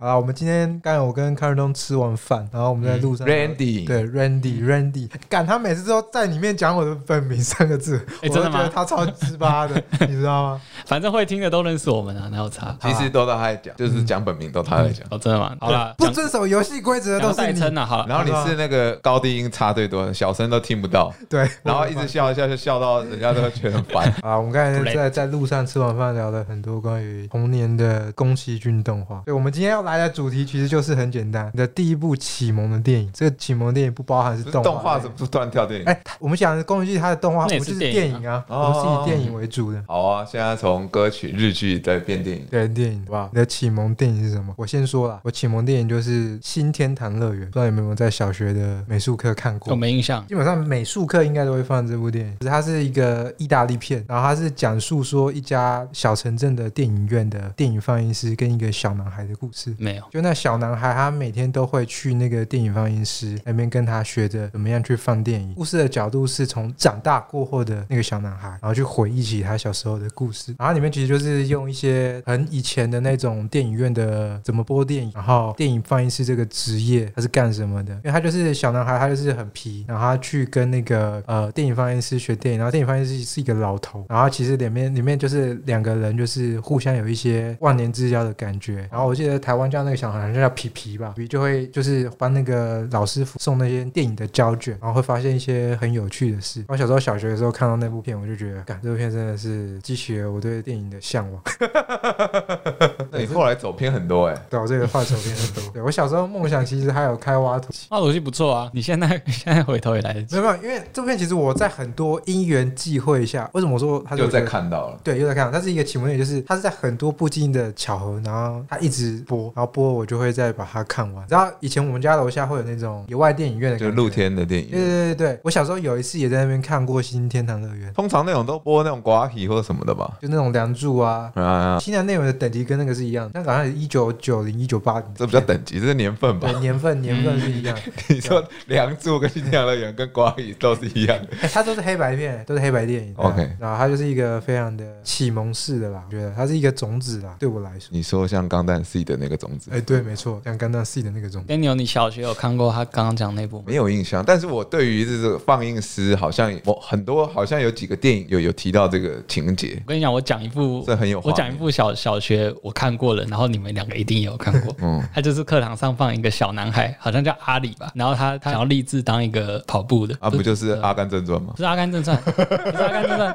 好啦，我们今天刚才我跟康瑞东吃完饭，然后我们在路上、 Randy，对 Randy，Randy，干他每次都在里面讲我的本名三个字，我哎真都的觉吗得他超鸡巴的，你知道吗？反正会听的都认识我们啊，哪有差？其实都他在嗯讲，就是讲本名都他在讲。哦，真的吗？好了，不讲遵守游戏规则的讲都是代你，称啊，好了，然后你是那个高低音差最多的，小声都听不到，对，然后我一直笑笑笑笑到人家都觉得 很烦。嗯啊，我们刚才不累在在路上吃完饭聊了很多关于童年的宫崎骏动画。对，我们今天要来的主题其实就是很简单，你的第一部启蒙的电影。这个启蒙的电影不包含是不是动动画画怎么突然跳电影？哎，我们讲的宫崎骏他的动画，我们那也就是是电电影啊影啊，哦我们是以电影为主的。好啊，现在从歌曲、日剧再变电影。对电影，好不好？你的启蒙电影是什么？我先说啦，我启蒙电影就是《新天堂乐园》，不知道你们有没有在小学的美术课看过我？没印象。基本上美术课应该都会放这部电影，它是一个意大利片，然后它是讲述说一家小城镇的电影院的电影放映师跟一个小男孩的故事。没有，就那小男孩，他每天都会去那个电影放映师那边跟他学着怎么样去放电影。故事的角度是从长大过后的那个小男孩，然后去回忆起他小时候的故事。然后里面其实就是用一些很以前的那种电影院的怎么播电影，然后电影放映师这个职业他是干什么的？因为他就是小男孩，他就是很皮，然后他去跟那个呃电影放映师学电影，然后电影放映师是一个老头，然后其实里面里面就是两个人就是互相有一些忘年之交的感觉。然后我记得台湾叫那个小孩叫皮皮吧，皮就会就是帮那个老师傅送那些电影的胶卷，然后会发现一些很有趣的事。我小时候小学的时候看到那部片，我就觉得，干这部片真的是激起了我对电影的向往。 那你后来走偏很多哎，对我这个画手边很多。对我小时候梦想其实还有开挖土机。那游戏不错啊，你现在 现在回头也来得及没。有没有，因为这部片其实我在很多因缘际会下，为什么我说它是又我觉再得看到了。对，又在看，它是一个启蒙点，就是它是在很多不经意的巧合，然后它一直播，然后播我就会再把它看完。然后以前我们家楼下会有那种野外电影院的，就露。天的电对影，对对对，我小时候有一次也在那边看过《新天堂乐园》，通常那种都播那种瓜皮或什么的吧。就那种梁祝啊。啊，新的内容的等级跟那个是一样的，那好像一九九零、一九八零，这嗯不叫等级，这是年份吧对？年份年份是一样的。 你说《梁祝》跟《新天乐园》跟《瓜皮》都是一样的。哎、它都是黑白片，都是黑白电影。 OK 对然后它就是一个非常的启蒙式的啦，我觉得它是一个种子啦，对我来说。你说像钢弹 C 的那个种子哎、，对，没错，像刚刚 C 的那个种子。 Daniel，你小学有看过他刚刚讲那部吗？没有印象，但是我对于这个放映师，好像我很多好像有几个电影有有提到这个情节，我跟你讲，我讲一部这很有画我面讲一部小小学我看过了，然后你们两个一定也有看过。 嗯嗯，他就是课堂上放一个小男孩，好像叫阿里吧，然后他他想要立志当一个跑步的，啊，不就是《阿甘正传》吗不？是《阿甘正传》， 不是《阿甘正传》，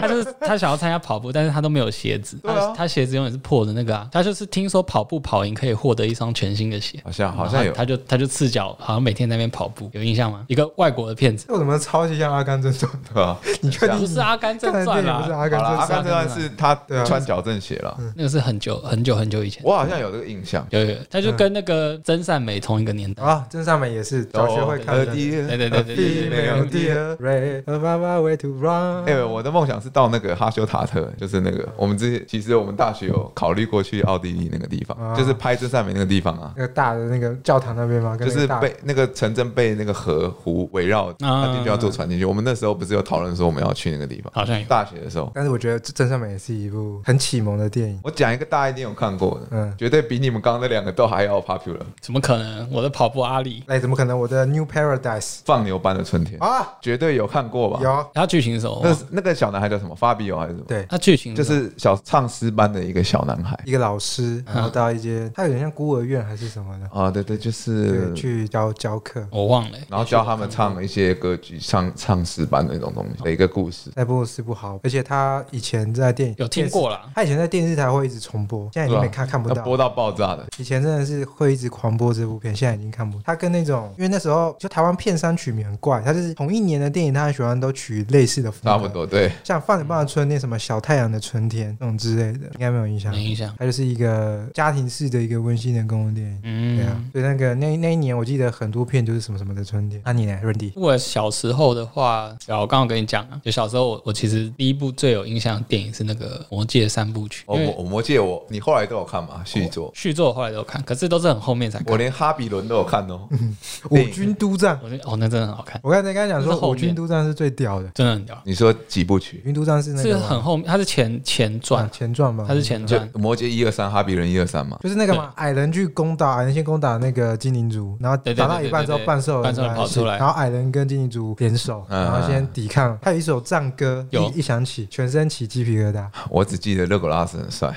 他就是他想要参加跑步，但是他都没有鞋子，对啊他他鞋子永远是破的那个啊。他就是听说跑步跑赢可以获得一双全新的鞋，好像然后好像有他，他就他就赤脚，好像每天在那边跑步，有印象吗？一个外国的骗子，这我怎么超级像阿甘正传？对吧？你确定不是《阿甘正看的传电》影不是啦，阿好甘了，《阿正传？甘正传》是他对啊穿矫正鞋了，那个是很久很久很久以前。我好像有这个印嗯象。有有，有他就跟那个真善美同一个年代。啊，真善美也是小学会呃看的。嗯对对对对对对对 Female 对 dear, Ray, a far far way to run。呃哎、我的梦想是到那个哈修塔特，就是那个我们之前其实我们大学有考虑过去奥地利那个地方，啊就是拍真善美那个地方啊，那个大的那个教堂那边吗？跟就那是个大被那个城镇被那个河湖围绕，那进去要坐船进去。我们那时候不是有讨论说我们要去那个地方，好像有。大学的时候，但是我觉得《真善美》也是一部很启蒙的电影。我讲一个大家一定有看过的，嗯绝对比你们刚刚那两个都还要 popular，《怎么可能？我的跑步阿里，哎，怎么可能？我的《New Paradise 放牛班的春天》》啊，绝对有看过吧？有他剧情是什么那？是那个小男孩叫什么？法比奥还是什么？对。他剧情就什么是小唱诗班的一个小男孩一个老师，然后到一间，他有点像孤儿院还是什么的，啊，对对，就是对，去教教课。我忘了欸、然后教他们唱一些歌剧、唱唱诗班那种东西的一个故事。那部是不好，而且他以前在电影有听过啦啊电视他以前在电视台会一直重播，现在已哎经没看看不那播到。到爆炸的，以前真的是会一直狂播这部片，现在已经看不。他跟那种，因为那时候就台湾片商取名很怪，他就是同一年的电影，他很喜欢都取类似的风格，差不，多对。像《放牛班的春天》、什么《小太阳的春天》那种之类的，应该没有印象。没印象。它就是一个家庭式的一个温馨的公共电影。对啊嗯，，所以那个那那一年，我记得很多片就是什么什么的春天。那、啊你呢，Randy？我小时候的话，对啊我刚刚跟你讲啊，就小时候我我其实第一部最有印象的电影是那个《魔戒》三部曲，我因魔为哦我魔戒我你后来都有看吗？续作，续作我后来都有看，可是都是很后面才我看。连哈比伦都有看哦。嗯五电影军督战，我觉得哦，那真的很好看，我刚才刚才讲那是说后五面军督战是最屌的，真的很屌。你说几部曲五？军督战是那是个很吗后面，它是前前啊传，前传吧？它是前嗯就传，魔戒一二三，哈比伦一二三嘛。就是就是那个嘛，矮人去攻打矮人先攻打那个精灵族，然后对对对打到一半之后，对对对半兽半兽人来跑出来然后矮人跟精灵族联手，嗯然后先抵抗。他有一首战歌，有一一响起，全身起鸡皮疙瘩。我只记得勒古拉斯 很帅，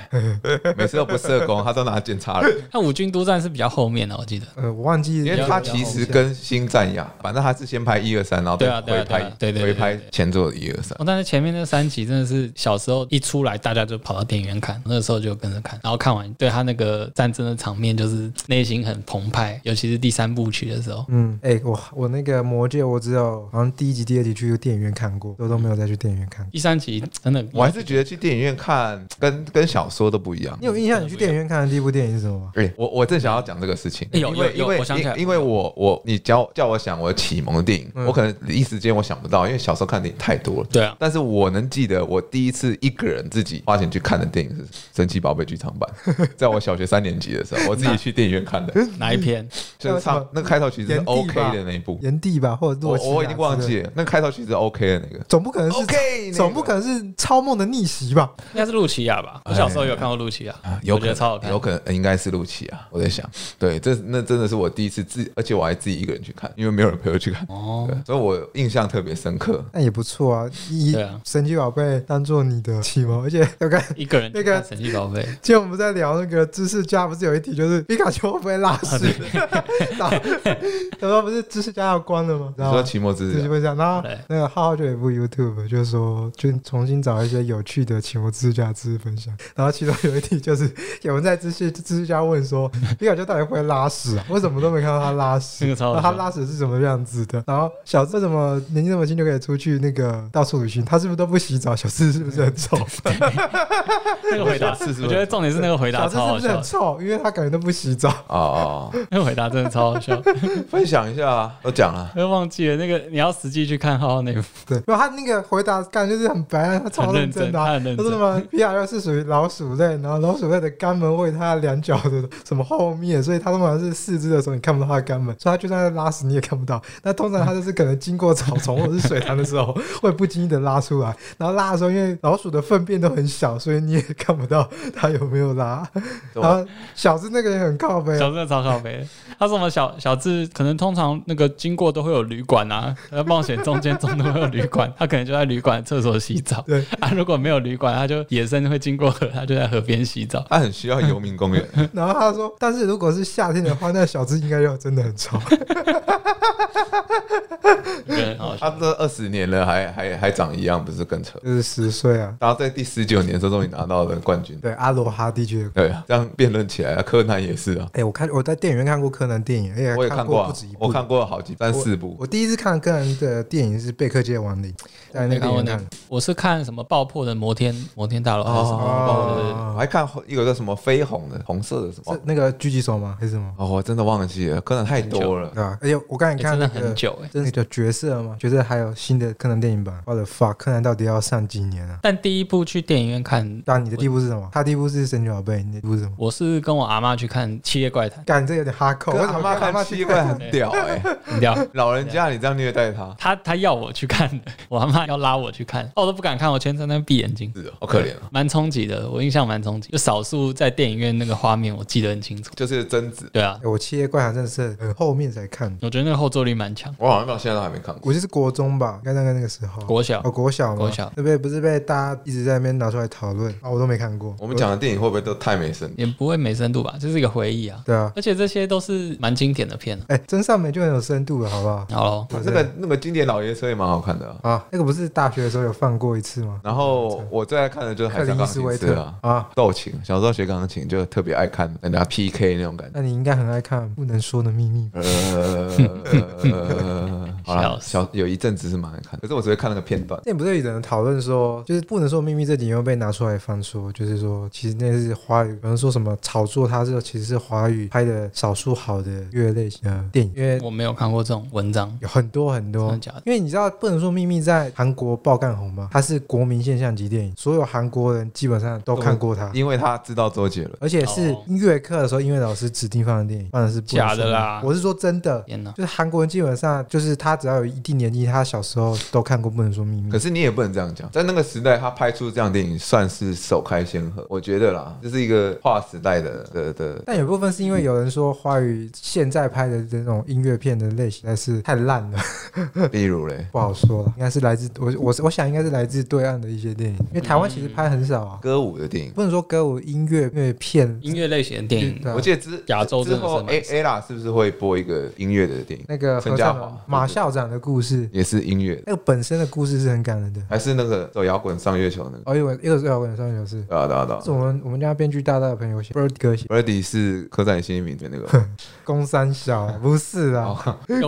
每次都不射弓，他都拿剑插人。那五军督战是比较后面的，我记得。呃，我忘记，因为他其实跟新战一样，反正他是先拍一二三，然后对再啊对啊回拍，对啊对对对回拍前作的一二三。哦，但是前面那三集真的是小时候一出来，大家就跑到电影院看，那时候就跟着看，然后看完对他那个战争的场面，就是内心很澎湃，尤其是第三部曲的时候。嗯，哎、我我那个魔戒，我只有好像第一集、第二集去电影院看过，我都没有再去电影院看过。第三集真的，我还是觉得去电影院看跟跟小说都不一样你。有印象？你去电影院看的第一部电影是什么吗？哎、我我正想要讲这个事情，哎有因为有因有为我想起来因因为我我你叫叫我想我启蒙的电影，嗯我可能一时间我想不到，因为小时候看的电影太多了。对啊，但是我能记得我第一次一个人自己花钱去看的电影是《神奇宝贝》剧场 版，在我小学三年级的时候，我自己去电影院看的，哪一篇？就是唱那个开头曲是原地吧 OK 的那一部，炎帝吧，或者洛我奇、啊我已经忘之类记的，了，那个开头曲是 OK 的那个总不可能是，OK，总不可能是超梦的逆袭吧？应该是露琪亚哎吧？我小时候有看过露琪亚，啊有我可觉得能超好看有。可能应该是陆琪啊，我在想，对，这那真的是我第一次自，而且我还自己一个人去看，因为没有人陪我去看，哦，对所以我印象特别深刻。那也不错啊，以对啊神奇宝贝当做你的启蒙， 而且我看一个人那个看神奇宝贝，今天我们在聊那个知识家，不是有一题就是皮卡丘会不会拉屎？ 然后他说不是知识家要关了吗？你然说后期末之啊知识日会这样，然后对那个浩浩就有一部 YouTube 就说就重新找一些有趣的启蒙知识家知识分享，然后其中有一题就是 有人在知识知识家问说 皮卡丘到底会不会拉屎啊？为什么都没看到他拉屎？这个超那好他笑拉屎是什么样子的？然后小智为什么年纪那么轻就可以出去那个到处旅行？他是不是都不洗澡？小智是不是很 丑？那个回答，是是我觉得重点是那个回小答智超是好不是很笑，臭？因为他感觉都不洗 澡。哦，哦那个回答真的超好笑，分享一下啊，都讲了，我又忘记了那个你要实际去看浩浩那部，对，然后他那个回答感觉就是很白啊，他 超很认真真，的、啊。他很认他说什真。么 P R 是属于老鼠类，然后老鼠类的肛门位它的两脚的什么后面，所以它通常是四肢的时候你看不到它的肛门，所以它就算在拉屎你也看不到。那通常它就是可能经过草丛或者是水潭的时 候会不经意的拉出来，然后拉的时候因为老鼠的粪便都很小，所以你也看不到它有没有拉。对然后小智那个人很靠背啊，小智超靠北的，他说我们小小智可能通常那个经过都会有旅馆啊，呃冒险中间总都会有旅馆，他可能就在旅馆厕所洗澡。对啊，如果没有旅馆，他就野生会经过河，他就在河边洗澡。他很需要游民公园， 然后他说，但是如果是夏天的话，那小智应该就真的很臭。 我觉得很好笑他这二十年了，还还还长一样，不是更扯？就是十岁啊，然后在第十九年的时候终于拿到了冠军，对阿罗哈地区的对啊，这样辩论起来，柯南也是啊，哎、我看我在电影院看过柯南电影，而且我也看看过不啊止一，部。我看过好几三四部，我第一次看柯南的电影是《贝克街的亡灵》，在那个电影院我哦那看个的。我是看什么爆破的摩天摩天大楼还是什么？哦对对对我还看一个叫什么绯红的，红色的什么呃是。那个狙击手吗？还是什么？哦，我真的忘记了，柯南太多了对。吧、而且我刚才欸看真那的个很，久哎、真的叫角色嘛，角色还有新的柯南电影版。我的 fuck，柯南到底要上几年啊？但第一部去电影院看，那你的第一部是什么？他第一部是《神奇宝贝》，你的第一部是什么？我是跟我阿妈去看《七夜怪谈干，这有点哈扣。可为是什阿么妈跟阿看嬷七去怪看？很屌哎、》，你知道？ 老人家你这样虐待他，他他要我去看的，我阿妈要拉我去看，哦，我都不敢看，我全程在那闭眼睛，是哦，好可怜哦。蛮冲击的，我印象蛮冲击，就少数在电影院那个画面我记得很清楚。就是贞子，对啊，欸我《七夜怪谈》真的是很后面才看的，我觉得那个后坐力蛮强。我好像到现在都还没看过。我就是国中吧，应该大概那个时候。国小哦，国小嘛，国小对不对？不是被大家一直在那边拿出来讨论啊，我都没看过。我们讲的电影会不会都太没深度？也不会没深度吧，这是一个回忆啊，对啊，而且这些都是蛮经典的片、啊。哎、真善美就很有深度了，好不好？好咯对不那对个那个经典老爷车也蛮好看的啊、啊，那个不是大学的时候有放过一次吗？然后我最爱看的就是《克海上林伊钢斯琴威师特》啊，啊，斗琴。小时候学钢琴就特别爱看人家 PK 那种感觉。那你应该很爱看《不能说的秘啊密》吧？ 呃，好了，笑死小有一阵子是蛮爱看，可是我只会看那个片段。那你不是有人讨论说，就是《不能说的秘密》这几年又被拿出来翻说，就是说其实那是华语，有人说什么炒作它是其实是华语拍的少数好的音乐类型的电影，因为我没有看过这种文章，有很多很真多的假的？因为你知道《不能说秘密》在韩国爆干红吗？它是国民现象级电影，所有韩国人基本上都看过它，因为他知道周杰伦，而且是哦音乐课的时候，音乐老师指定放的电影，放的是不能假的说秘密啦我是说真的，天哪！就是韩国人基本上就是他只要有一定年纪，他小时候都看过《不能说秘密可》。是你也不能这样讲，在那个时代，他拍出这样的电影算是首开先河，我觉得啦，这是一个划时代的的的。但有部分是因为有人说华语现在拍的这种音乐片的类型实在是太烂了，例如嘞，不好说了。应该是来自我我我想应该是来自对岸的一些电影，因为台湾其实拍很少啊，歌舞的电影，不能说歌舞音乐音乐片。音乐类型的嗯电影，对啊我记得之亚洲之真的是后蛮 A A 啦，是不是会播一个音乐的电影？那个陈何嘉尚华龙马校长的故事，也是音乐的，那个本身的故事是很感人的。还是那个走摇滚上月球那个？哦，因为一个是摇滚，上有是，对啊对啊对啊是我们我们家编剧大大的朋友写 Bird 歌写 b i r d y 是刻在你心里面的那个，宫三 小，不是啊啦，哦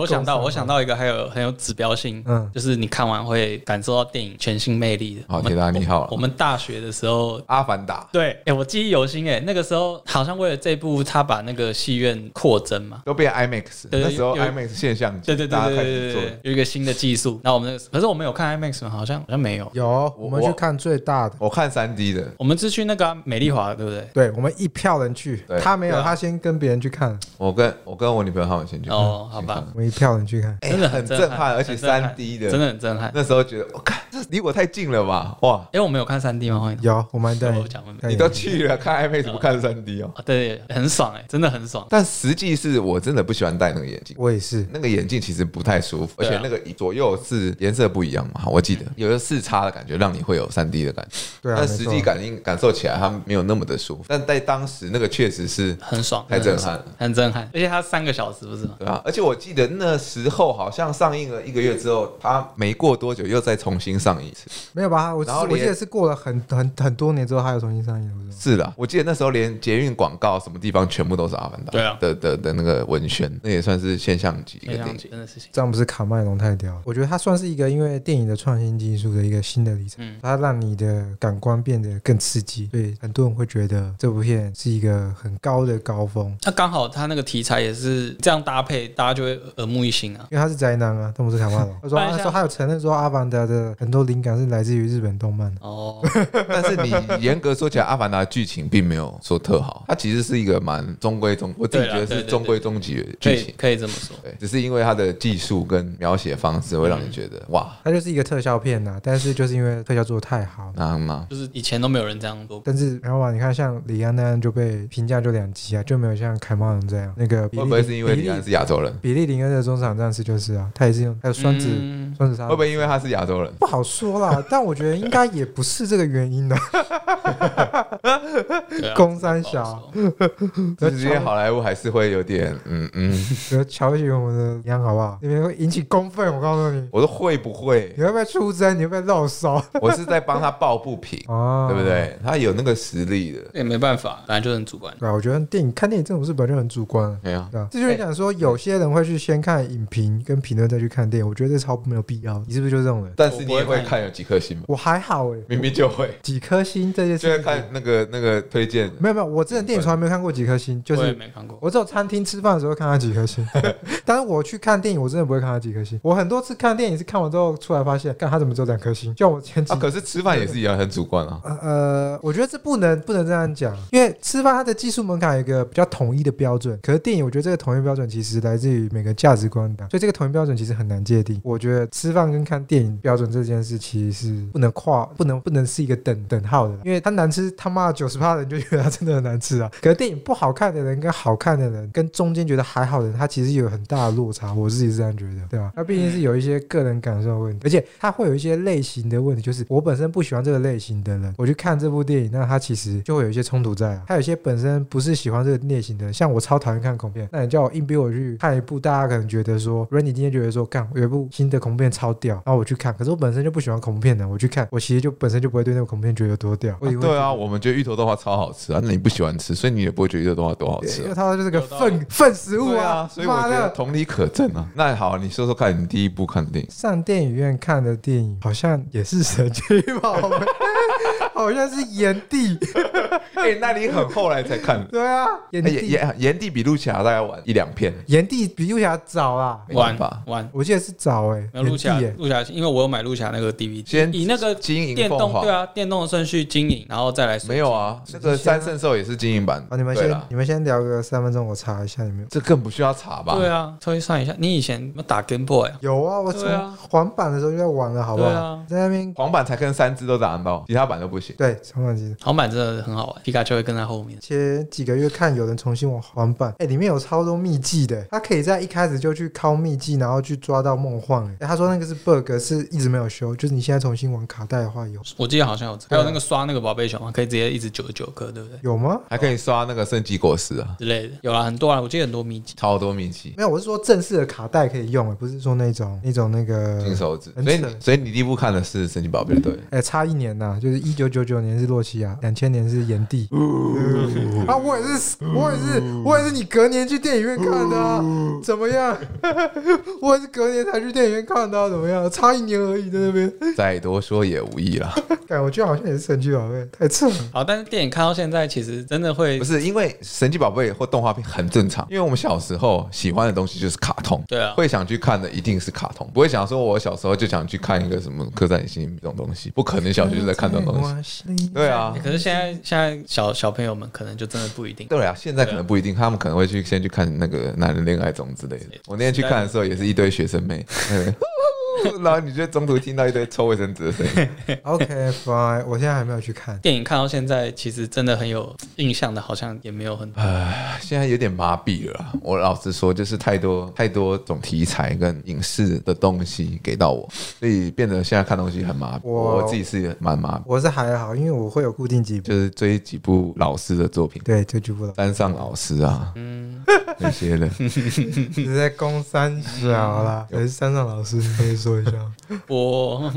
我想到，我想到一个还有很有指标性，嗯就是你看完会感受到电影全新魅力的。好我铁们达尼号我了，们大学的时候。阿凡达对，哎、我记忆犹新，哎，那个时候好像为了这部，他把那个戏院扩增嘛，都变 IMAX，对那时候有 IMAX 现象级，对对对大对家开对始对做对，有一个新的技术。那我们那个，可是我们有看 IMAX 吗？好像好像没有，有我们去看最大的，我看三 D 的，我们是去那个啊、美丽华，对不对？对我们一票人去对，他没对有，啊他先跟别人去看，我跟我跟我女朋友他们先去看哦好吧，先看我们一票人去看，哎真的很 很震撼，而且很震撼三 D 的，真的很震撼。那时候觉得，我看这离我太近了吧，哇！哎、我们有看三 D 吗？欢迎。有我们对的我讲完，你都去了，看 IMAX 不看三 D 哦。啊，对，很爽哎、真的很爽。但实际是我真的不喜欢戴那个眼镜，我也是，那个眼镜其实不太舒服，而对啊嗯且那个左右是颜色不一样嘛，我记得有一个视差的感觉，让你会有三 D 的感觉。对啊，但没实错际感应感受起来，它没有那么的舒服。但在当时那个确实是很爽，太真震撼的很爽，很震撼。而且它三个小时不是吗？对啊，而且我记得那时候好像上映了一个月之后，它没过多久又再重新上映一次。没有吧？我然后我记连得是过了很很很多年之后，他又重新上映，我说是的，我记得那时候连捷运广告什么地方全部都是阿凡达，对啊的的的那个文宣，那也算是现象级一个非电常影。级，真的事情。詹姆斯卡麦隆太屌了，我觉得他算是一个因为电影的创新技术的一个新的里程，嗯它让你的感官变得更刺激，所以很多人会觉得这部片是一个很高的高峰，那刚好他那个题材也是这样搭配，大家就会耳目一新啊。因为他是宅男啊，詹姆斯卡麦隆，他说不然他像说他有承认说阿凡达的很多灵感是来自于日本动漫的， 哦，但是你严格说起来，《阿凡达》剧情并没有说特好，它其实是一个蛮中规中，我自己对觉啦得对是对对中规中矩的可剧以情。可以这么说。对，只是因为它的技术跟描写方式会让你觉得哇，它就是一个特效片呐、但是就是因为特效做的太好。那那就是以前都没有人这样做过，但是，然后啊，你看像李安那样就被评价就两极啊，就没有像凯茂龙这样。那个比会利不会是因为李安比利是亚洲人？比利林恩的中场战士就是啊，他也是用还有双子、嗯双子杀会不会因为他是亚洲人？不好说 啦，但我觉得应该也不是这个原因的。对啊公三不好小，说直接好莱坞还是会有点嗯嗯，和瞧起我们的一样好不好？你们会引起公愤，我告诉你，我说会 不会？你会被出征，你会被肉搜我是在帮他抱不平，哦，对不？对？他有那个实力的，也没办法，本来就很主观。对啊，我觉得电影看电影这种事本来就很主观了。对啊。对啊，这就是讲说，有些人会去先看影评跟评论再去看电影，我觉得这超没有必要。你是不是就是这种人？但是你也我不会会看看有几颗星吗？我还好诶、明明就会，几颗星这些就会事看情，那个那个推荐。没有没有，我之前电影从来没有看过几颗星，就我也是没看过，我只有餐厅吃饭的时候看它几颗 星，但是我去看电影，我真的不会看它几颗星。我很多次看电影是看完之后出来发现，看它怎么只有两颗星。就像我前几啊，可是吃饭也是一样，很主观啊。呃呃，我觉得这不能不能这样讲，因为吃饭它的技术门槛有一个比较统一的标准，可是电影我觉得这个统一标准其实来自于每个价值观的，所以这个统一标准其实很难界定。我觉得吃饭跟看电影标准这件事其实是不能跨，不能不能是一个等等号的，因为它难吃他妈的九十趴的人就觉得它真的很难吃啊，可是电影不好看的人跟好看的人跟中间觉得还好的人，他其实有很大的落差，我自己是这样觉得，对吧？它毕竟是有一些个人感受的问题，而且它会有一些类型的问题，就是我本身不喜欢这个类型的人，我去看这部电影，那它其实就会有一些冲突在啊。还有一些本身不是喜欢这个类型的人，像我超讨厌看恐怖片，那你叫我硬逼我去看一部，大家可能觉得说，如果你今天觉得说，干有一部新的恐怖片超屌，然后我去看，可是我本身就不喜欢恐怖片的，我去看，我其实就本身就不会对那个恐怖片觉得有多屌。我以为对啊，我们觉得芋头豆花超好吃啊，那你不喜欢吃，所以你也不会觉得芋头豆花多好吃因啊为。它就是个有道理粪粪 食物对啊啊，，所以我妈觉得的！同理可证啊。那好，你说说看你第一部看 的电影，上电影院看的电影好像也是神奇宝贝， 好像是炎帝，哎，那你很后来才看对啊，炎的，哎帝，炎炎帝比陆侠大概晚一两片，炎帝比陆侠早啊，没办玩法玩。我记得是早哎、没有炎陆帝侠哎，陆侠，因为我有买陆侠那个 DVD，先以那个金银电凤动凰对啊，电动的顺序经营，然后再来没有啊，那个三圣兽也是精英版。哦啊好，你们对先啦，你们先聊个三分钟，我查一下有没有。这更不需要查吧？对啊，推算一下，你以前打 Game Boy 啊，有啊，我从对啊环版的时候就在玩了，好不对好？啊在那边黄版才跟三只都打得到，其他版都不行。对重版机制。黄版真的很好玩，皮卡丘会跟在后面。前几个月看有人重新玩环版，哎、里面有超多秘技的，他可以在一开始就去敲秘技，然后去抓到梦幻。哎、他说那个是 bug，是一直没有修，就是你现在重新玩卡带的话有我记得好像有，还有那个刷那个宝贝熊啊，可以直接一直九十九颗，对不对？有吗？还可以刷那个圣级果实啊，之类的，有啦，很多啊，我记得很多秘籍。超多秘籍。没有，我是说正式的卡带可以用，不是说那种那种那个金手指，嗯很所以扯你所以你第一部看的是神奇宝贝， 对，哎、差一年呐、就是一九九九年是洛奇亚，两千年是炎 帝。哦啊，我也是，我也是，我也是你隔年去电影院看的、啊，哦怎么样？ 我也是隔年才去电影院看的、啊，怎么样？差一年而已，在那边。 哎再多说也无益啦。感我觉得好像也是神奇宝贝，太扯了。好，但是电影看到现在，其实真的会不，是因为神奇宝贝或动画片很正常，因为我们小时候喜欢的东西就是卡通，对啊会想去看的一定是卡通，不会想说我小时候就想去看一个什么刻在你心里这种东西，不可能小学就在看这种东嗯西。西 对啊，可是现在现在小小朋友们可能就真的不一定。对啊，现在可能不一定，他们可能会去先去看那个《男人恋爱中》之类的。我那天去看的时候，也是一堆学生 妹，然后你就中途听到一堆抽卫生纸的声 音。 OK fine，我现在还没有去看。电影看到现在，其实真的很有印象的，好像也没有很现在有点麻痹了啦，我老实说，就是太多太多种题材跟影视的东西给到我，所以变得现在看东西很麻痹。我我自己是蛮麻痹，我是还好，因为我会有固定几部。就是追几部老师的作品，对，这局部了，山上老师啊，那些 的。只是在攻三小啦。嗯还是山上老师，你可以说一下 吗播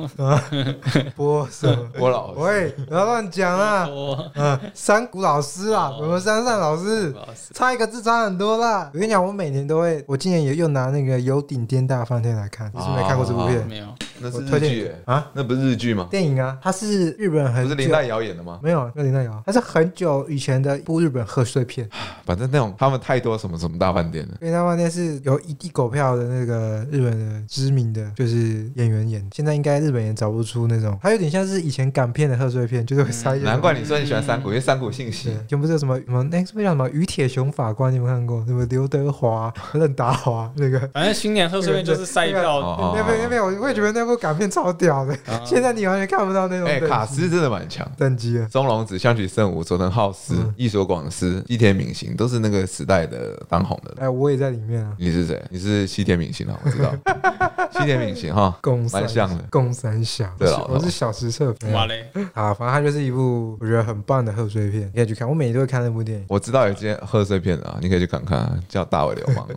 播什么？郭 老师喂，不要乱讲 啊！播。嗯，山谷老师啦，哦我们山上老师老师差一个字差很多啦。我跟你讲，我每年都会，我今年也又拿那个《有顶天大饭店》来看，你是不是没看过这部片？哦没有，那我啊是推日荐剧你欸，啊，那不是日剧吗？电影啊，它是日本很久不是林黛瑶演的吗？没有，没有林黛瑶，它是很久以前的一部日本贺岁片。反正那种他们太多什么什么大饭店了。因为他饭店是由一地狗票的那个日本的知名的，就是演员演，现在应该日本也找不出那种，它有点像是以前港片的贺岁片，就是会塞一些嗯难怪你说你喜欢山谷，因为山谷信息对，全部是什么什么那个叫什么于铁雄法官，你有没有看过？什么刘德华、任达华那个？反正新年贺岁片就是塞哦掉，那边那边，我我也觉得那部港片超屌的，哦现在你完全看不到那种哎，等卡斯真的蛮强。等级了。松隆子、香取慎吾、佐藤浩市嗯、一所广司、西田敏行，都是那个时代的当红的。哎，我也在里面啊，你是谁？你是西田敏行啊，我知道。西田敏行哈，共蛮三像的共三小，对啊老头我是小时社粉哇嘞，啊，反正它就是一部我觉得很棒的贺岁片，你可以去看。我每年都会看那部电影。我知道有一间贺岁片啊，你可以去看看啊，叫《大尾流氓》啊。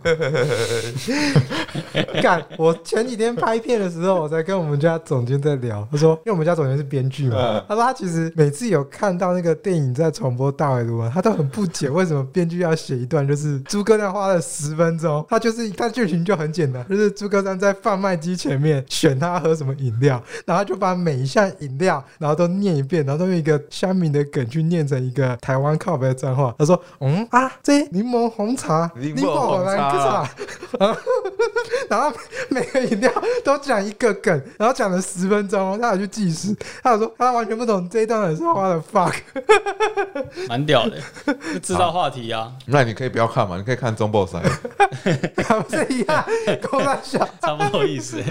干，我前几天拍片的时候，我才跟我们家总监在聊，他说，因为我们家总监是编剧嘛嗯，他说他其实每次有看到那个电影在重播《大尾罗》，他都很不解为什么编剧要写一段，就是诸葛亮花了十分钟，他就是他剧情就很简单，就是诸葛亮在贩卖机前面选他喝什么饮料，然后他就把每一项饮料，然后都念一遍，然后都用一个乡民的梗去念成一个台湾靠北的脏话。他说，嗯啊，这柠檬红茶，柠檬红红茶茶。然后每个饮料都讲一个梗，然后讲了十分钟，他有去计时，他有说他完全不懂这一段的是花的 fuck， 蛮屌的，就制造话题 啊，那你可以不要看嘛，你可以看中 boss 啊。还不是一样，跟他 想。差不多意思。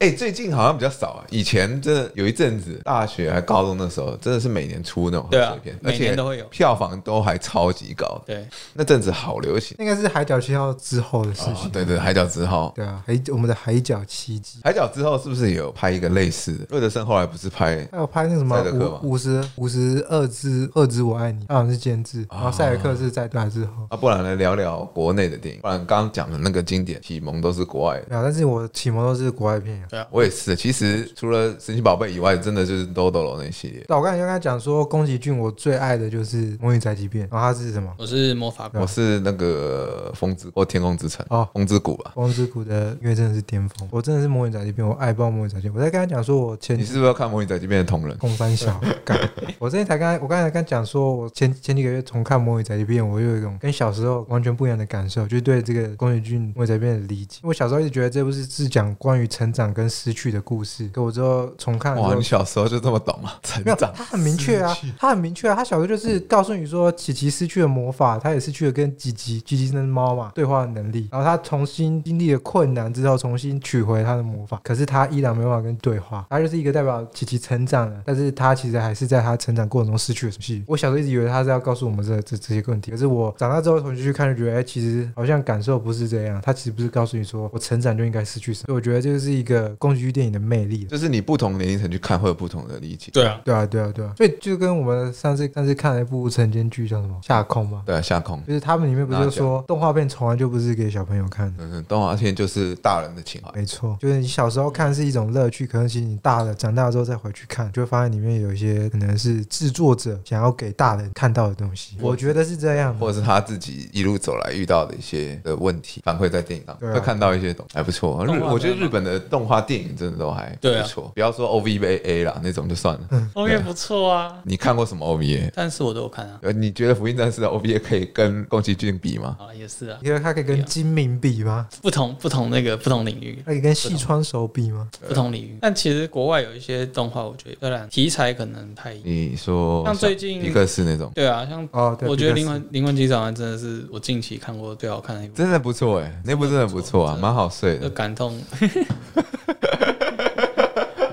哎，最近好像比较少啊，以前真的有一阵子，大学还高中的时候，真的是每年出那种贺岁片， 对啊而每且年都会有票房都还超级高。对，那阵子好流行那个是海角七号之后的事啊情，，对对，海角之后，对啊，海我们的海角七级，海角之后是不是也有拍一个类似的？瑞德森后来不是拍还有拍那什么赛德克吗五五十五十二只二只我爱你，他好像是监制，哦然后赛德克是在那之后。啊？不然来聊聊国内的电影，不然刚刚讲的那个经典启蒙都是国外的。对啊，但是我启蒙都是国外片啊。我也是，其实除了神奇宝贝以外，真的就是豆豆龙那系列。对啊，我刚才就跟他讲说，宫崎骏我最爱的就是《魔女宅急便》，然后他是什么？我是魔法我国，是那个风之或天空之城，啊哦，风之谷吧？光之谷的音乐真的是巅峰，我真的是魔女宅急便，我爱爆魔女宅急便。我在跟他讲说，我前你是不是要看《魔女宅急便》的同人？空翻小 干，我之前才刚，我刚才刚讲说，我前前几个月重看《魔女宅急便》，我又有一种跟小时候完全不一样的感受，就是对这个宫崎骏《魔女宅急便》的理解。我小时候一直觉得这部是是讲关于成长跟失去的故事，可我之后重看了之哇，后你小时候就这么懂啊？成没有，长他很明确啊，他很明确啊，他小时候就是告诉你说，琪琪失去了魔法，他也失去了跟吉吉吉吉那只猫嘛对话的能力，然后他重新经历了困难之后，重新取回他的魔法，可是他依然没办法跟对话，他就是一个代表琪琪成长了，但是他其实还是在他成长过程中失去了东西。我小时候一直以为他是要告诉我们这这这些问题，可是我长大之后重新去看，就觉得哎、其实好像感受不是这样，他其实不是告诉你说我成长就应该失去什么，所以我觉得这就是一个宫崎骏电影的魅力。就是你不同年龄层去看会有不同的理解。对啊，对啊，对啊，对啊，所以就跟我们上次上次看了一部晨间剧叫什么《下空》嘛，对啊，下空，就是他们里面不是就说动画片从来就不是给小朋友看的，嗯，动画片就是大人的情怀。没错，就是你小时候看是一种乐趣，可能其实你大了长大之后再回去看，就会发现里面有一些可能是制作者想要给大人看到的东西，我觉得是这样。或者是他自己一路走来遇到的一些的问题，反馈在电影上、对啊会看到一些东西，还不错。动日画我觉得片嘛日本的动画电影真的都还对啊不错，不要说 OVA 啦那种就算了。 o k 不错啊，你看过什么 OVA？但是我都有看啊，呃，你觉得《福音战士》的 OVA 可以跟宫崎骏比吗？啊也是啊，你觉得它可以跟金明比吗？不同不同那个不同领域它。可以跟细川手比吗？不同领域，但其实国外有一些动画，我觉得虽然题材可能不太一样，你说像最近哦皮克斯那种，对啊，像哦，对，我觉得《比灵较魂灵魂急转弯》真的是我近期看过最好看的一部，真的不错哎、那部真的不错啊，蛮好睡就的。感动。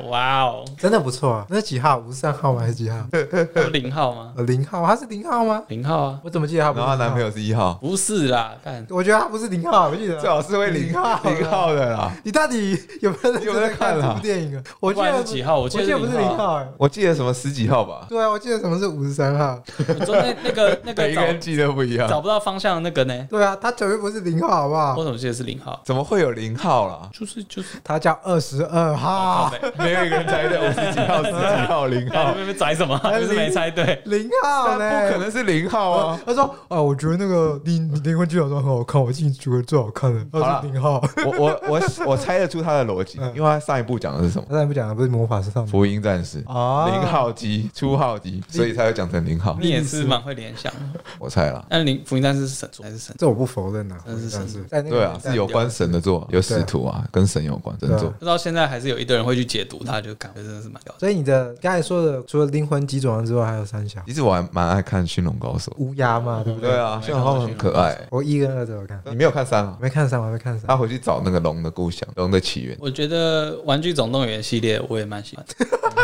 哇哦，真的不错啊。那几号？五十三号吗？还是几号？有零号吗？呃，零号？他是零号吗？零号啊，我怎么记得他不然是后她零男号朋？友是一号，不是啦，看我觉得他不是零号，我记得最好是会零零号啊零号的啦。你到底有没有认有没有真看看这啊部电影啊？我记不然得是几号我我记得记得不是是零零号啊号、欸，我记得什么十几号吧，对啊，我记得什么是五十三号，我昨天那个 那每个一个人找记得不一样找。不到方向的那个呢，对啊，他绝对不是零号，好不好？我怎么记得是零号？怎么会有零号啦？ 就是就是他叫二十二号，没有一个人猜对五十几号、十几号、零看号你，们被宰什么？ 就是没猜对。零号那不可呢？能是零号哦啊！，他说啊，我觉得那个你你灵魂剧场装很好看，我进去觉得最好看的，好啦他是零号。我我我我猜得出他的逻辑，嗯因为他上一部讲的是什么？哦他才不讲了，不是魔法师上面福音战士。啊零号机、初号机，所以才会讲成零号。你嗯也是蛮会联想的，我猜了，但零福音战士是神作还是神作？这我不否认啊，真是但神在那个对啊，年代是有关神的作，有使徒啊，跟神有关神对啊作。不知道现在还是有一堆人会去解读它，就感觉真的是蛮屌的。所以你的刚才说的，除了灵魂急转弯之外，还有三小其实我还蛮爱看《驯龙高手乌鸦嘛，对不》。对？对啊，《驯龙高手》很可爱。我一跟二都有看，你没有看三啊我？没看上，我还没看上。他回去找那个龙的故乡，龙的起源，我觉得《玩具总动员》系列我也蛮喜欢的。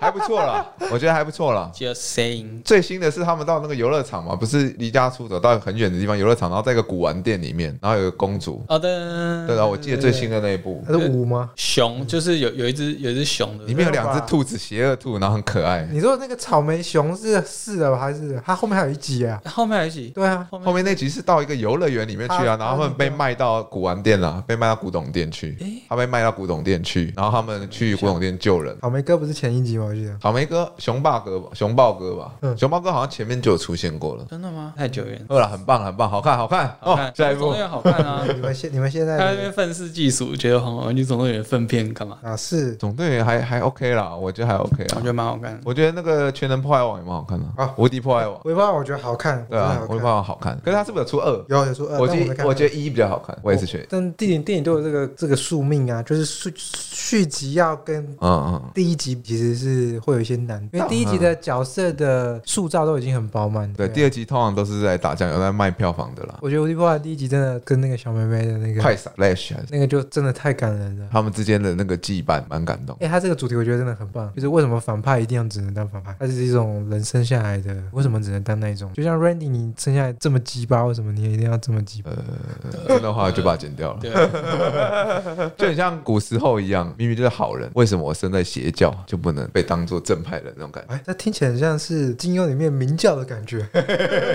还不错啦，我觉得还不错啦。 Just saying，最新的是他们到那个游乐场嘛，不是离家出走到很远的地方游乐场，然后在一个古玩店里面，然后有个公主。好的。 对啊，我记得最新的那一部，它是五吗？熊就是有有一只有一只熊的，里面有两只兔子，邪恶兔，然后很可爱。你说那个草莓熊是是的吧还是它后面还有一集啊？后面还有一集，对啊，后面后面那集是到一个游乐园里面去啊，他然后他们被卖到古玩店啦，被卖到古董店去诶。他被卖到古董店去，然后他们去古董店救人。草莓哥不是前一集吗？我记得。草莓哥、熊霸哥吧，熊豹哥吧，嗯熊豹哥好像前面就有出现过了。真的吗？太久远，饿了，很棒，很棒，好看，好看嗯好看哦。，下一总部动，员好看 啊。你们现你们现他在那在边愤世嫉俗，觉得《玩具总动员》粪片干嘛？啊是总队员还还 OK 啦，我觉得还 OK 我啦觉。得蛮好看的。我觉得那个全能破坏王也蛮好看的啊啊，无敌破坏王，微胖，我觉得好看，对啊，我觉无敌得好破坏王好看。可是他是不是有出二？看。有有说呃，我但觉我没得看哦我觉得一比较好看，我也是觉得，但电影电影都有这个这个宿命啊，就是续续集要跟嗯嗯，第一集其实是会有一些难度，因为第一集的角色的塑造都已经很饱满。对，啊第二集通常都是在打酱油，在卖票房的啦，我觉得《无敌破坏》第一集真的跟那个小妹妹的那快个闪 Flash 还是那个就真的太感人了。他们之间的那个羁绊，蛮感动。哎、他这个主题我觉得真的很棒，就是为什么反派一定要只能当反派？他是一种人生下来的，为什么只能当那一种？就像 Randy，你生下来这么鸡巴，为什么你也一定要这么鸡巴？呃，这段话就把它剪掉了，对，啊 就很像古时候一样，明明就是好人，为什么我生在邪教就不能被当做正派的那种感觉。哎，这听起来很像是金庸里面明教的感觉。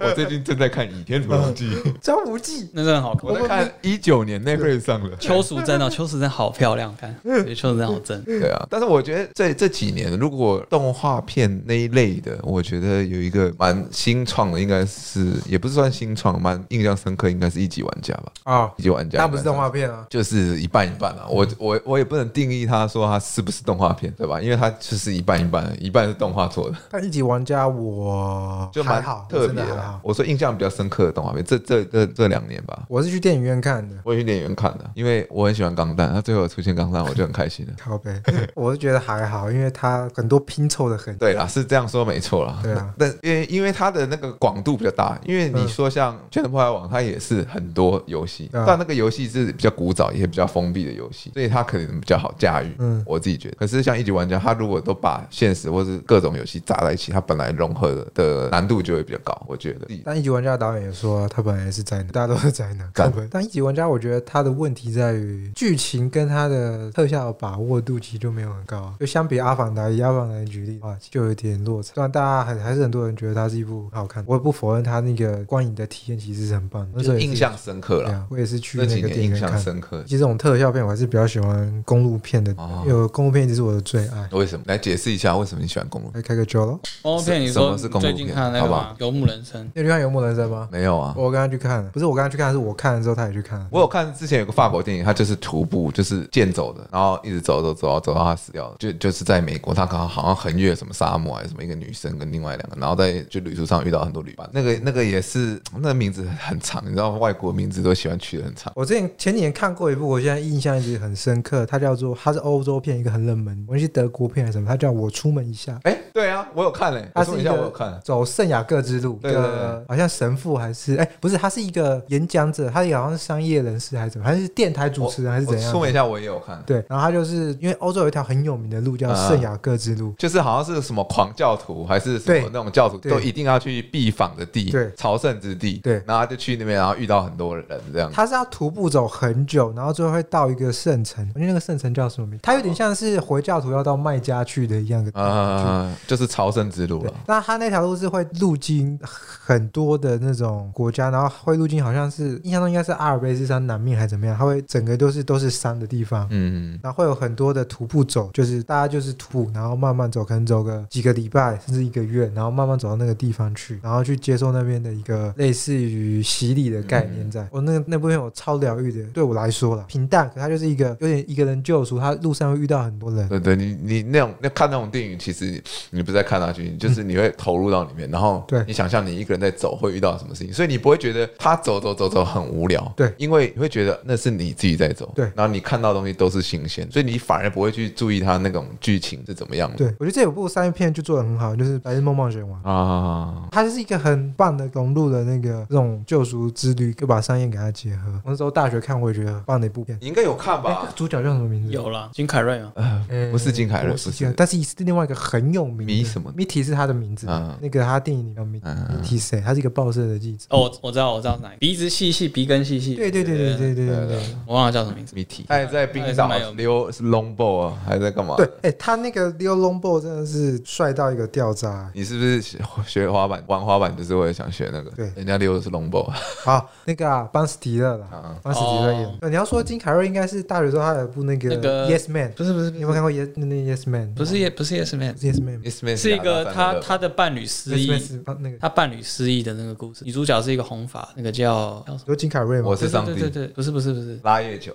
我最近正在看《倚天屠龙记》，张无忌，那真的好看。我在看一九年那会上了。邱淑贞哦，邱淑贞好漂亮， 看，我觉得邱淑贞好正。嗯对啊，但是我觉得这这几年，如果动画片那一类的，我觉得有一个蛮新创的，应该是也不是算新创，蛮印象深刻，应该是一级玩家吧。哦，一级玩家，那不是动画，片啊，就是一半一半啊。我我我也不能定义它说它是不是动画片，对吧？因为它就是一半一半，一半是动画做的，但一级玩家我就还蛮好，特我真别啊的还的好。。我说印象比较深刻的动画片，这这这这两年吧。我是去电影院看的，我也去电影院看的，因为我很喜欢钢弹，它最后有出现钢弹，我就很开心了。靠背， 我是觉得还好，因为它很多拼凑的很。对啦，是这样说没错啦。对啊嗯但因为因为它的那个广度比较大，因为你说像《全能破坏王》，它也是很多游戏，对啊但那个游戏是比较古早，也比较封闭的游戏，所以它可能比较好驾驭。嗯我自己觉得。可是像一级玩家，他如果都把现实或是各种游戏砸在一起，它本来融合的难度就会比较高。我觉得。但一级玩家的导演也说，他本来也是宅男，大家都是宅男。干靠北但一级玩家，我觉得他的问题在于剧情跟他的特效把握度其实就没有很高啊、就相比《阿凡达》，以《阿凡达》举例的话，就有点落差。虽然大家很还是很多人觉得它是一部很好看的，我也不否认它那个观影的体验其实是很棒的。那时就候是也是印象深刻对啦，啊，我也是去那那几个年电影印院象看。深刻。其实这种特效片，我还是比较喜欢公路片的，哦因为公路片一直是我的最爱。为什么？来解释一下为什么你喜欢公路？来开个 j o 咯，公路片，哦你什么说是你公路最片近看的那好个不好吗《游牧人生你有去看《游牧人生》吗？没有啊，我跟他去看了，不是我跟他去看，是我看了之后他也去看了。我有看之前有个法国电影，它就是徒步，就是健走的，然后一直走走走，走到他死掉了。就就是在美国，他刚好好像横越什么沙漠还是什么，一个女生跟另外两个，然后在就旅途上遇到很多旅伴。那个那个也是，嗯那个名字很长，你知道外国名字都喜欢取的很长。我之前前几年看过一部，我现在印象一直很深刻，它叫做它是欧洲片一个很冷门，我忘记德国片还是什么，它叫我出门一下，哎，对啊，我有看嘞、它我是说一一下，我有个看。走圣雅各之路，对对对的好像神父还是哎、不是，他是一个演讲者，他也好像是商业人士还是怎么，还是电台主持人还是怎我样说的。一下，我也有看。对，然后他就是因为欧洲有一条很有名的路叫圣雅各之路，就是好像是什么狂教徒还是什对么那种教徒，对都一定要去必访的地对，朝圣之地，对然后他就去那边，然后遇到很多人这样子。他是要徒步走很久，然后最后会到一个圣城，因为那个圣城叫什么名？它有点像是回教徒要到麦加去的一样的地方去。啊，就是朝圣之路对了。，那它那条路是会路经很多的那种国家，然后会路经好像是印象中应该是阿尔卑斯山南面还是怎么样，它会整个都是都是山的地方，嗯，然后会有很多的徒步走，就是大家就是徒，然后慢慢走，可能走个几个礼拜甚至一个月，然后慢慢走到那个地方去，然后去接受那边的一个类似于洗礼的概念嗯在。我、那那部分我超疗愈的，对我来说啦，平淡，可它就是一个有点一个人救赎，他路上会遇到很多人。对对，你你那种那看那种电影，其实你不是在看它剧情，就是你会投入到里面，然后嗯对你想象你一个人在走会遇到什么事情，所以你不会觉得他走走走走很无聊，对因为你会觉得那是你自己在走，对然后你看到的东西都是新鲜，所以你反而不会去注意它那种剧情是怎么样的对，我觉得这有部商业片就做的很好，就是《白日梦冒险王》。啊。它就是一个很棒的融入的那个这种救赎之旅，就把商业给它结合。我那时候大学看，我也觉得很棒的一部片。你应该有看哎吧，？主角叫什么名》，字？有啦，金凯瑞嘛，呃，不是金凯瑞不是不是金凯，但是是另外一个很有名的米什么米体是他的名字嗯，那个他电影里面有米嗯米体谁？他是一个报社的记者。哦，我我知道，我知道哪一个，鼻子细细，鼻根细细。对对对对对对对对。我忘了叫什么名字。谜题，他也在冰岛他也是蛮有溜 longbow 啊，还在干嘛？对，哎，他那个 Leo Longbo 真的是帅到一个掉渣。你是不是学学滑板玩滑板就是为了想学那个？对人家溜的是 longbow 好，那个啊，邦斯提勒啦，啊。邦斯提勒哦演。呃你要说金凯瑞应该是大学时候他有一部那个那个 Yes Man，不是不是你有没有看过 Yes 那那 Yes Man？不是也不是 Yes Man， Yes Man， Yes Man 是一个亚当山他的他的伴侣失 Yes Man 忆，是帮那个他伴侣失忆的那个故事。女主角是一个红发，那个叫叫什么？有金凯瑞吗我？是上帝对对对，对不是不是不是，拉月球，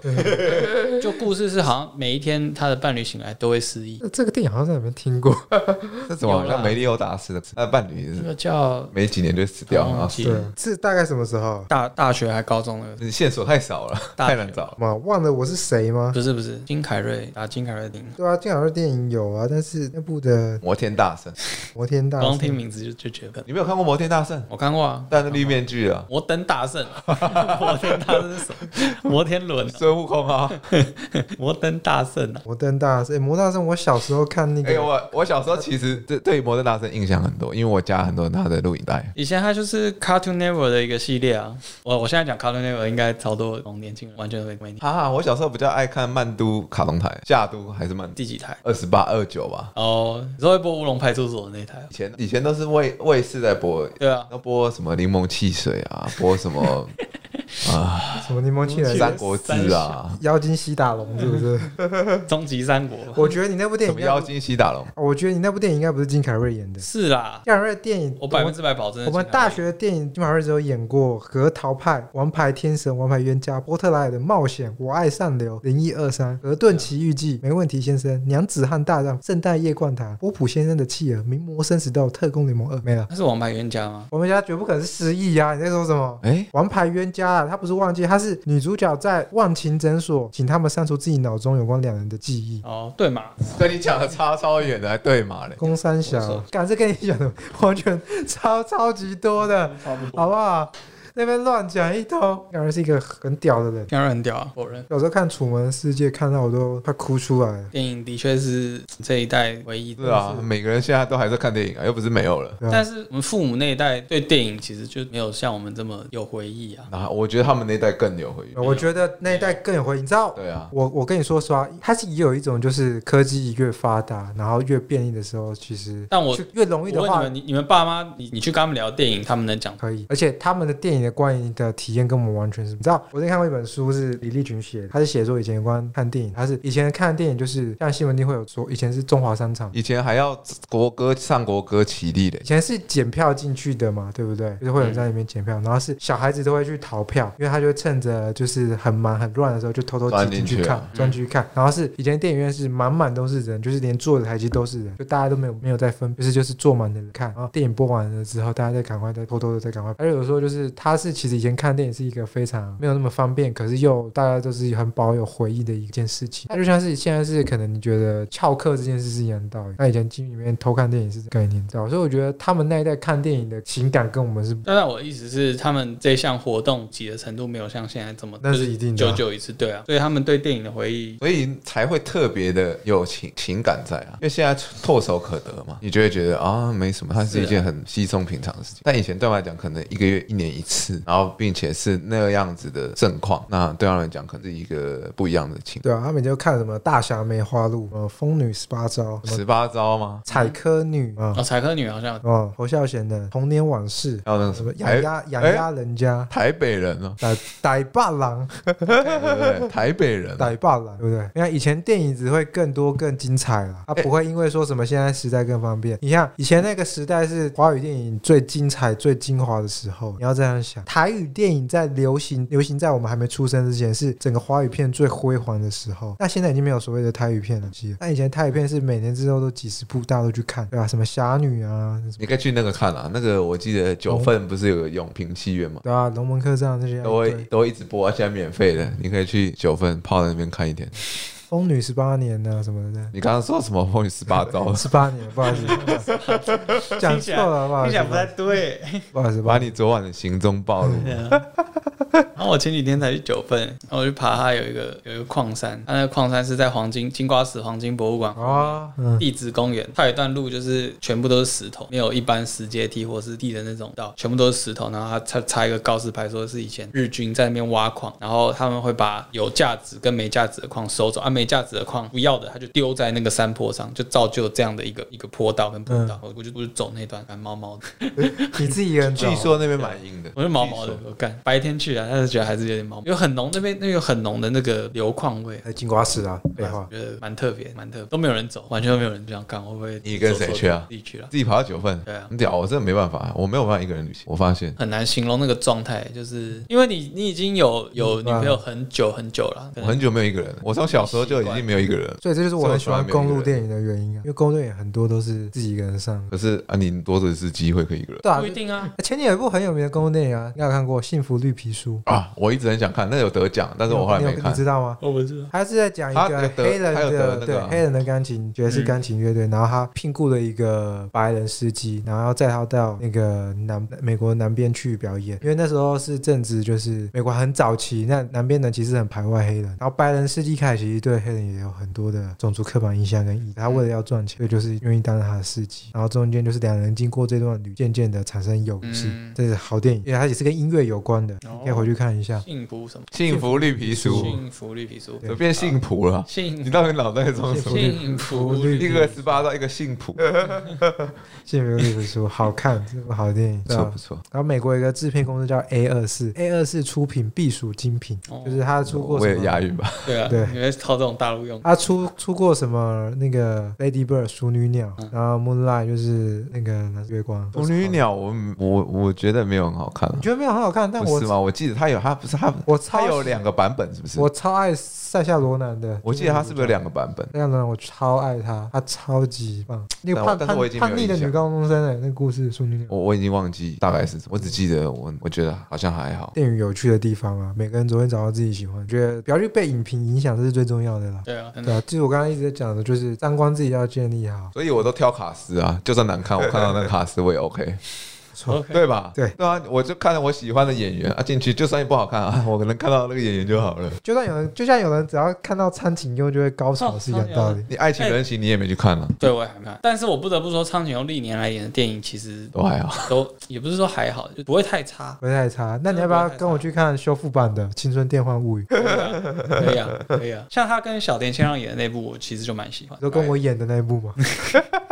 就故事是好像每一天他的伴侣醒来都会失忆。呃这个电影好像在哪边听过。这怎么好有啦像梅利欧达斯的？他的伴侣那是个叫没几年就死掉我了忘啊！记对了，是大概什么时候？大大学还高中那个，你线索太少了，大学太难找了。嘛，忘了我是谁吗？不是不是金凯瑞打金凯瑞的电影，对啊，金凯瑞电影有啊，但是那部的《摩天大圣，摩天大光圣》听名字就就觉得，你没有看过摩天大圣？我看过啊，戴那绿面具啊，摩登大圣， 摩登大圣是什么？摩天轮啊，孙悟空啊！摩登大圣啊，摩登大圣，诶哎摩登大圣，我小时候看那哎，个，我我小时候其实对对摩天大圣印象很多，因为我家很多他的录影带。以前它就是 Cartoon Network 的一个系列啊。我我现在讲 Cartoon Network 应该超多年轻人完全没没念哈哈，我小时候比较爱看曼都卡通台，夏都还是曼都第几台？二二十八、二九吧。哦，你说会播《乌龙派出所》那台？以前以前都是卫卫视在播，对啊，要播什么柠檬汽水啊，播什么什么柠檬汽水、三国志啊，妖精洗打龙是不是？终极三国我觉得你那部电什影么应该妖不，精洗打龙，我觉得你那部电影应该不是金凯瑞演的。是啦，金凯瑞的电影，我百分之百保证。我们大学的电影，金凯瑞只有演过《核桃派》《王牌天神》《王牌冤家》《波特莱尔的冒险》《我爱上流》《零一二三》《俄顿奇遇记》《没问题先生》《娘子汉大战》《圣诞夜灌坛》《波普先生的企鹅》《名模生死斗》《特工联盟二》没了。那是王牌冤家吗？我们家绝不可能是失忆呀！你在说什么？哎，王牌冤家啊，他不是忘记，他是女主角在忘情诊所，请他们删除自己脑中有关两人的记忆。哦，对嘛，跟你讲的差超远的，还对嘛嘞？公三我小说，敢这跟你讲的完全 超超级多的，差不。好不好？那边乱讲一通，感觉是一个很屌的人。片很屌啊，否认。有时候看《楚门的世界》，看到我都快哭出来了。电影的确是这一代唯一是的，啊，每个人现在都还在看电影啊，又不是没有了。对啊但是我们父母那一代对电影其实就没有像我们这么有回忆啊。然后我觉得他们那一代更有回忆。我觉得那一代更有回应，你知道，对啊，我我跟你说实话，它是也有一种就是科技越发达，然后越便利的时候，其实但我就越容我易的问你话们，，你你们爸妈，你你去跟他们聊电影，他们能讲可以，而且他们的电影的观影的体验跟我们完全是，你知道，我之前看过一本书是李立群写的，他是写说以前有关看电影，他是以前看电影就是像新闻里会有说，以前是中华商场，以前还要国歌唱国歌起立嘞以，前是检票进去的嘛，对不对？就是会有人在里面检票，然后是小孩子都会去逃票，因为他就趁着就是很忙很乱的时候，就偷偷钻挤进进去去看啊，钻进去看。然后是以前电影院是满满都是人，就是连坐的台阶都是人，就大家都没有没有在分，就是就是坐满的人看。然后电影播完了之后，大家再赶快再偷偷的再赶快。而且有时候就是他是其实以前看电影是一个非常没有那么方便，可是又大家都是很保有回忆的一件事情。那就像是现在是可能你觉得翘课这件事是一样的道理，那以前进里面偷看电影是这个概念，知道？所以我觉得他们那一代看电影的情感跟我们是但但我的意思是，他们这项活动挤的程度没有像现在这么，那就是一定的啊久久一次，对啊，所以他们对电影的回忆，所以才会特别的有情情感在啊，因为现在唾手可得嘛，你就会觉得啊没什么，它是一件很稀松平常的事情。但以前对我来讲，可能一个月一年一次，然后并且是那样子的盛况，那对他们来讲，可能是一个不一样的情。对啊，他们就看什么《大侠梅花鹿》、呃，《疯女十八招》、什么《十八招吗？采科女》啊、哦，采科女好像哦，侯孝贤的《童年往事》，还有那个什什么么养鸭养鸭人家，台北人 哦，逮逮霸郎，对对对台北人哦逮霸郎，对不对？你看以前电影只会更多更精彩啦，它哎不会因为说什么现在时代更方便。你像以前那个时代是华语电影最精彩、最精华的时候，你要这样想，台语电影在流行，流行在我们还没出生之前是整个华语片最辉煌的时候。那现在已经没有所谓的台语片了，其实那以前台语片是每年之后都几十部，大家都去看，对吧？什么侠女啊，什么你可以去那个看啊，那个我记得九份不是有个永平戏院吗？对啊，龙门客栈那些，都会对都会一直播、啊，现在免费的，你可以去九份泡在那边看一天。疯女十八年啊什么的。？你刚刚说什么风雨十八招十八年，不好意思，不好意思讲错了，不好意思，对。不好意思，不好把意思你昨晚的行踪 暴露。对啊然后我前几天才去九份，然后我去爬它有一个有一个矿山，它那个矿山是在黄金金瓜石黄金博物馆哦，嗯，地质公园，它有一段路就是全部都是石头，没有一般石阶梯或是地的那种道，全部都是石头。然后它插插一个告示牌，说是以前日军在那边挖矿，然后他们会把有价值跟没价值的矿收走，啊，没价值的矿不要的，他就丢在那个山坡上，就造就这样的一个一个坡道跟坡道。我我就我就走那段，反正毛毛的，你自己一个人走据，说那边蛮硬的，我就毛毛的，我干白天去啊，但是觉得还是有点毛毛，有很浓那边那边有很浓的那个硫矿味。哎，金瓜石啊，废话，觉得蛮特别，蛮特别，都没有人走，完全都没有人这样干，会不会？你跟谁去啊自己去了。自己跑到九份对啊，你屌，我真的没办法，我没有办法一个人旅行。我发现很难形容那个状态，就是因为你你已经有有嗯女朋友很久很久了，可我能很久没有一个人了，我从小时候就已经没有一个人了。所以这就是我很喜欢公路电影的原因啊，因为公路电影很多都是自己一个人上，可是啊，你多的是机会可以一个人对啊不一，定啊。前年有一部很有名的公路电影啊，你有看过《幸福绿皮书》？啊！我一直很想看，那有得奖，但是我后来你有没你有看你。知道吗？我不知道，他是在讲一他个有得黑人他有得那的个对啊黑人的钢琴，爵士嗯钢琴乐队，然后他聘雇了一个白人司机，然后要载他到那个南美国南边去表演，因为那时候是正值就是美国很早期，那南边人其实很排外黑人，然后白人司机开始其实对黑人也有很多的种族刻板印象跟意义，他为了要赚钱，所以就是愿意当他的司机，然后中间就是两人经过这段旅，渐渐的产生友谊，嗯哦这是好电影，因为它也是跟音乐有关的，你可以回去看看一下。幸福什么？幸福绿皮书幸福绿皮书，怎么变幸福了？嗯幸你到底脑 袋装什么？幸福绿一个十八到一个幸福，啊幸福绿皮书好看，这部好电影。不对错吧不错。然后美国有一个制片公司叫 A 二四，A 二四出品必属精品，哦就是他出过我什也么？押韵吧，对啊，对啊你会靠这种大陆用。他出出过什么？那个 Lady Bird 熟女鸟，嗯然后 Moonlight 就是那个月光。 《母女，鸟》我我我觉得没有很好看啊你，觉得没有很好看？但不我是吗？我记得它有它不是它，我它超有两个版本是不是？我超爱塞夏罗南的。我记得它是不是有两个版本？那样呢，我超爱她，她超级棒。那个但我叛但是我已叛经没有叛逆的印象女高中生哎、那个故事淑女鸟。我我已经忘记大概是嗯什么，我只记得我我觉得好像还好。电影有趣的地方啊，每个人总会找到自己喜欢，觉得不要去被影评影响，这是最重要的啦。对啊，真对的。啊，就是我刚刚一直在讲的，就是三观自己要建立好。所以我都挑卡斯啊，就算难看，我看到那个卡斯我也 OK，错 OK 对吧？对对啊，我就看我喜欢的演员啊进去，就算不好看啊，我可能看到那个演员就好了。就算有人，就像有人只要看到苍井优就会高潮哦是一样道理。。你《爱情人形》你也没去看啊了，对，我也很看，但是我不得不说，苍井优历年来演的电影其实都还好。都也不是说还好，就不会太差不会太差，啊那你要不要跟我去看修复版的《青春电幻物语》？对啊，可以啊，可以啊。像他跟小田切让演的那部，我其实就蛮喜欢。就跟我演的那一部吗？哎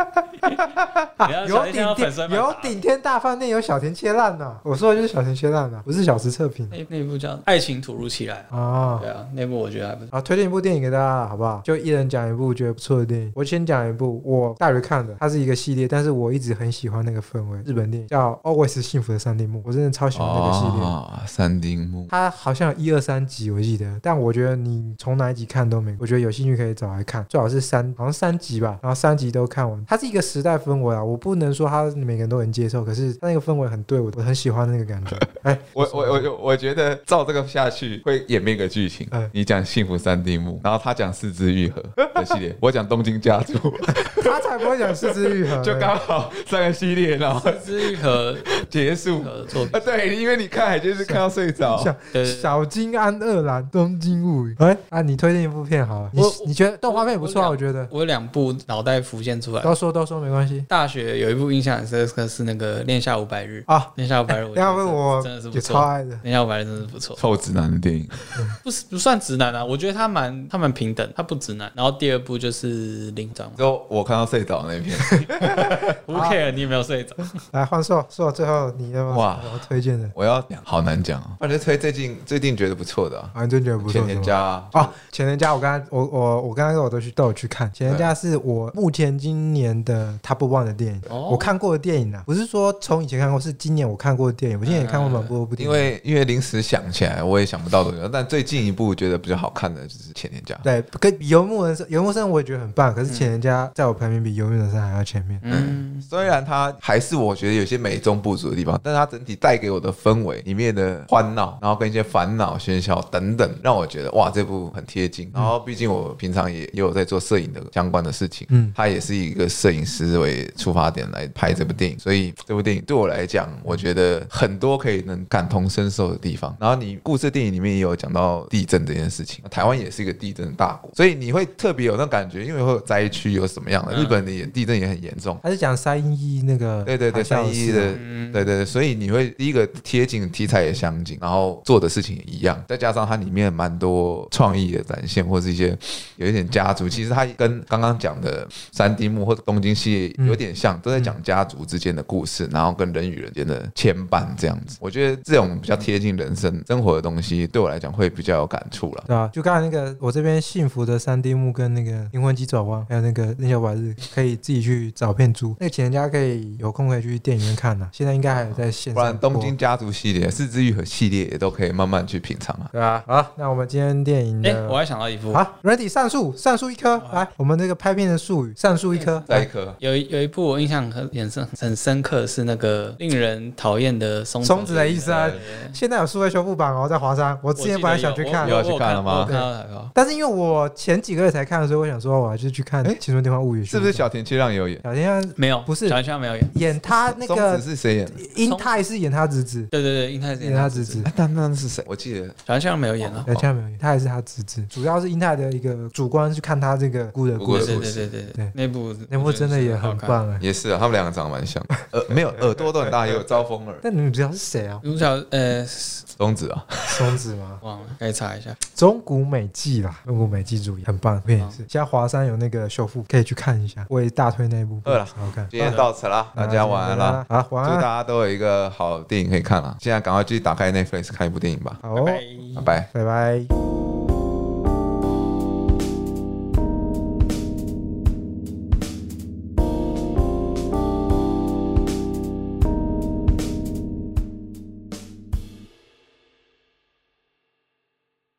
你要有 小田切顶让粉丝天会骂有他顶天大饭店，有小田切烂呐。我说的就是小田切烂啊呐，不是小池测评那那部叫《爱情突如其来》啊。啊对。啊，那部我觉得还不错。啊，推荐一部电影给大家，好不好？就一人讲一部觉得不错的电影。我先讲一部我大学看的，它是一个系列，但是我一直很喜欢那个氛围。日本电影叫《Always 幸福的三丁目》，我真的超喜欢那个系列。哦，三丁目，它好像有一二三集，我记得，但我觉得你从哪一集看都没，我觉得有兴趣可以找来看，最好是三，好像三集吧，然后三集都看完。它是一个时代氛围啊，我不能说它每个人都能接受，可是它那个氛围很对我，我很喜欢那个 感觉。哎，我我我我觉得照这个下去会演变一个剧情嗯。你讲《幸福三丁目》，然后他讲《四肢愈合》的系列，我讲《东京家 族》，他才不会讲四肢愈合呢，就刚好三个系列，然后之愈合结束。合作品 啊，，对，因为你看海就是看到睡 着。像对对对小金安二郎《东京物语》哎啊，你推荐一部片好了，你我我你觉得动画片也不错啊？我我觉得我有两部脑袋浮现出来。都说都说没关系大学有一部印象很深刻是那个《恋下五百日》，啊。 《恋下五百日》我觉得要不我真的是不也超错，爱的《恋下五百日》真的是不错，臭直男的电影，不是不算直男啊，我觉得他蛮他蛮平等，他不直男。然后第二部就是《灵 长之后我看到睡着那片，》 ，Who 啊 care？你有没有睡着？来换硕硕，最后你要不要哇我推荐的？ 我要讲好难讲哦。我就推最近最近觉得不错的啊啊，你真觉得不错《前是田吗？家》啊，哦，前人家我刚才我我我刚刚我都去都有去看，前人家是我目前今年的 top one 的电影，哦我看过的电影啊，不是说从以前看过，是今年我看过的电影，我今年也哎看过蛮多部电因影。为因为临时想起来我也想不到多久，但最近一部觉得比较好看的就是《前田家》。对，跟比游牧人生，游牧人生我也觉得很棒，嗯可是前人家在我排名比游牧人生还要前面。嗯，虽然它还是我觉得有些美中不足的地方，但它整体带给我的氛围里面的欢闹，然后跟一些烦恼、喧嚣等等，让我觉得哇，这部很贴近。然后毕竟我平常也也有在做摄影的相关的事情，嗯嗯，它也是以一个摄影师为出发点来拍这部电影，所以这部电影对我来讲，我觉得很多可以能感同身受的地方。然后你故事电影里面也有讲到地震这件事情，台湾也是一个地震的大国，所以你会特别有那感觉，因为会有灾区有什么样的，嗯日本的也地震也很严重。他是讲三一那个对对对，海啸三的一事一啊的，嗯对对对，所以你会第一个贴近题材也相近，然后做的事情也一样，再加上它里面蛮多创意的展现，或是一些有一点家族，其实它跟刚刚讲的三丁目或者东京系嗯列有点像，都在讲家族之间的故事，然后跟人与人间的牵绊这样子。我觉得这种比较贴近人生生活的东西，对我来讲会比较有感触了。对啊，就刚才那个，我这边幸福的三丁目跟那个灵魂急转弯，还有那个那小百日，可以自己去找片租。那个请人家可以有空可以去电影院看呐、现在应该还有在线上不播。然东京家族系列、四之愈合系列也都可以慢慢去品尝啊。对啊，好，那我们今天电影哎，的、我还想到一部，好，ready 上树，上树一棵，来，我们这个拍片的术语，上树一棵，再来一颗啊有一有一部我印象很很深很深刻是那个令人讨厌的松松子的意思啊对对对现在有数位修复版哦，在华山，我之我记前得本来想去有我看啊有。我去我看看了吗我看到海报。但是因为我前几个月才看，所以我想说，我还是去看哎《青春电话物语》去是不是小田切让也有演？小天没有，不是小夏没有演。演他那松个子是谁演的？英泰是演他侄子，对对对，英泰是演演他他侄侄子子，哦啊，但那是谁？我记得小夏没有演啊。对，下面有一个他也是他侄子，主要是英泰的一个主观去看他这个故的不故过事。对对故对对事对对对，那部那部真的的也很棒哎、也是啊，他们两个长得蛮 像的，呃，没有耳朵都很大，也有招风耳，但你们知道是谁啊？主角呃中指啊，松子吗？忘了，可以查一下。中谷美纪啦，中谷美纪主演，很棒，片也是。现在华山有那个修复，可以去看一下。我也大推那一部，饿了好好看。 今天到此啦，大家晚安啦，好，晚祝安大。家都有一个好电影可以看了，现在赶快去打开 Netflix 看一部电影吧，好哦，拜拜拜拜。拜拜。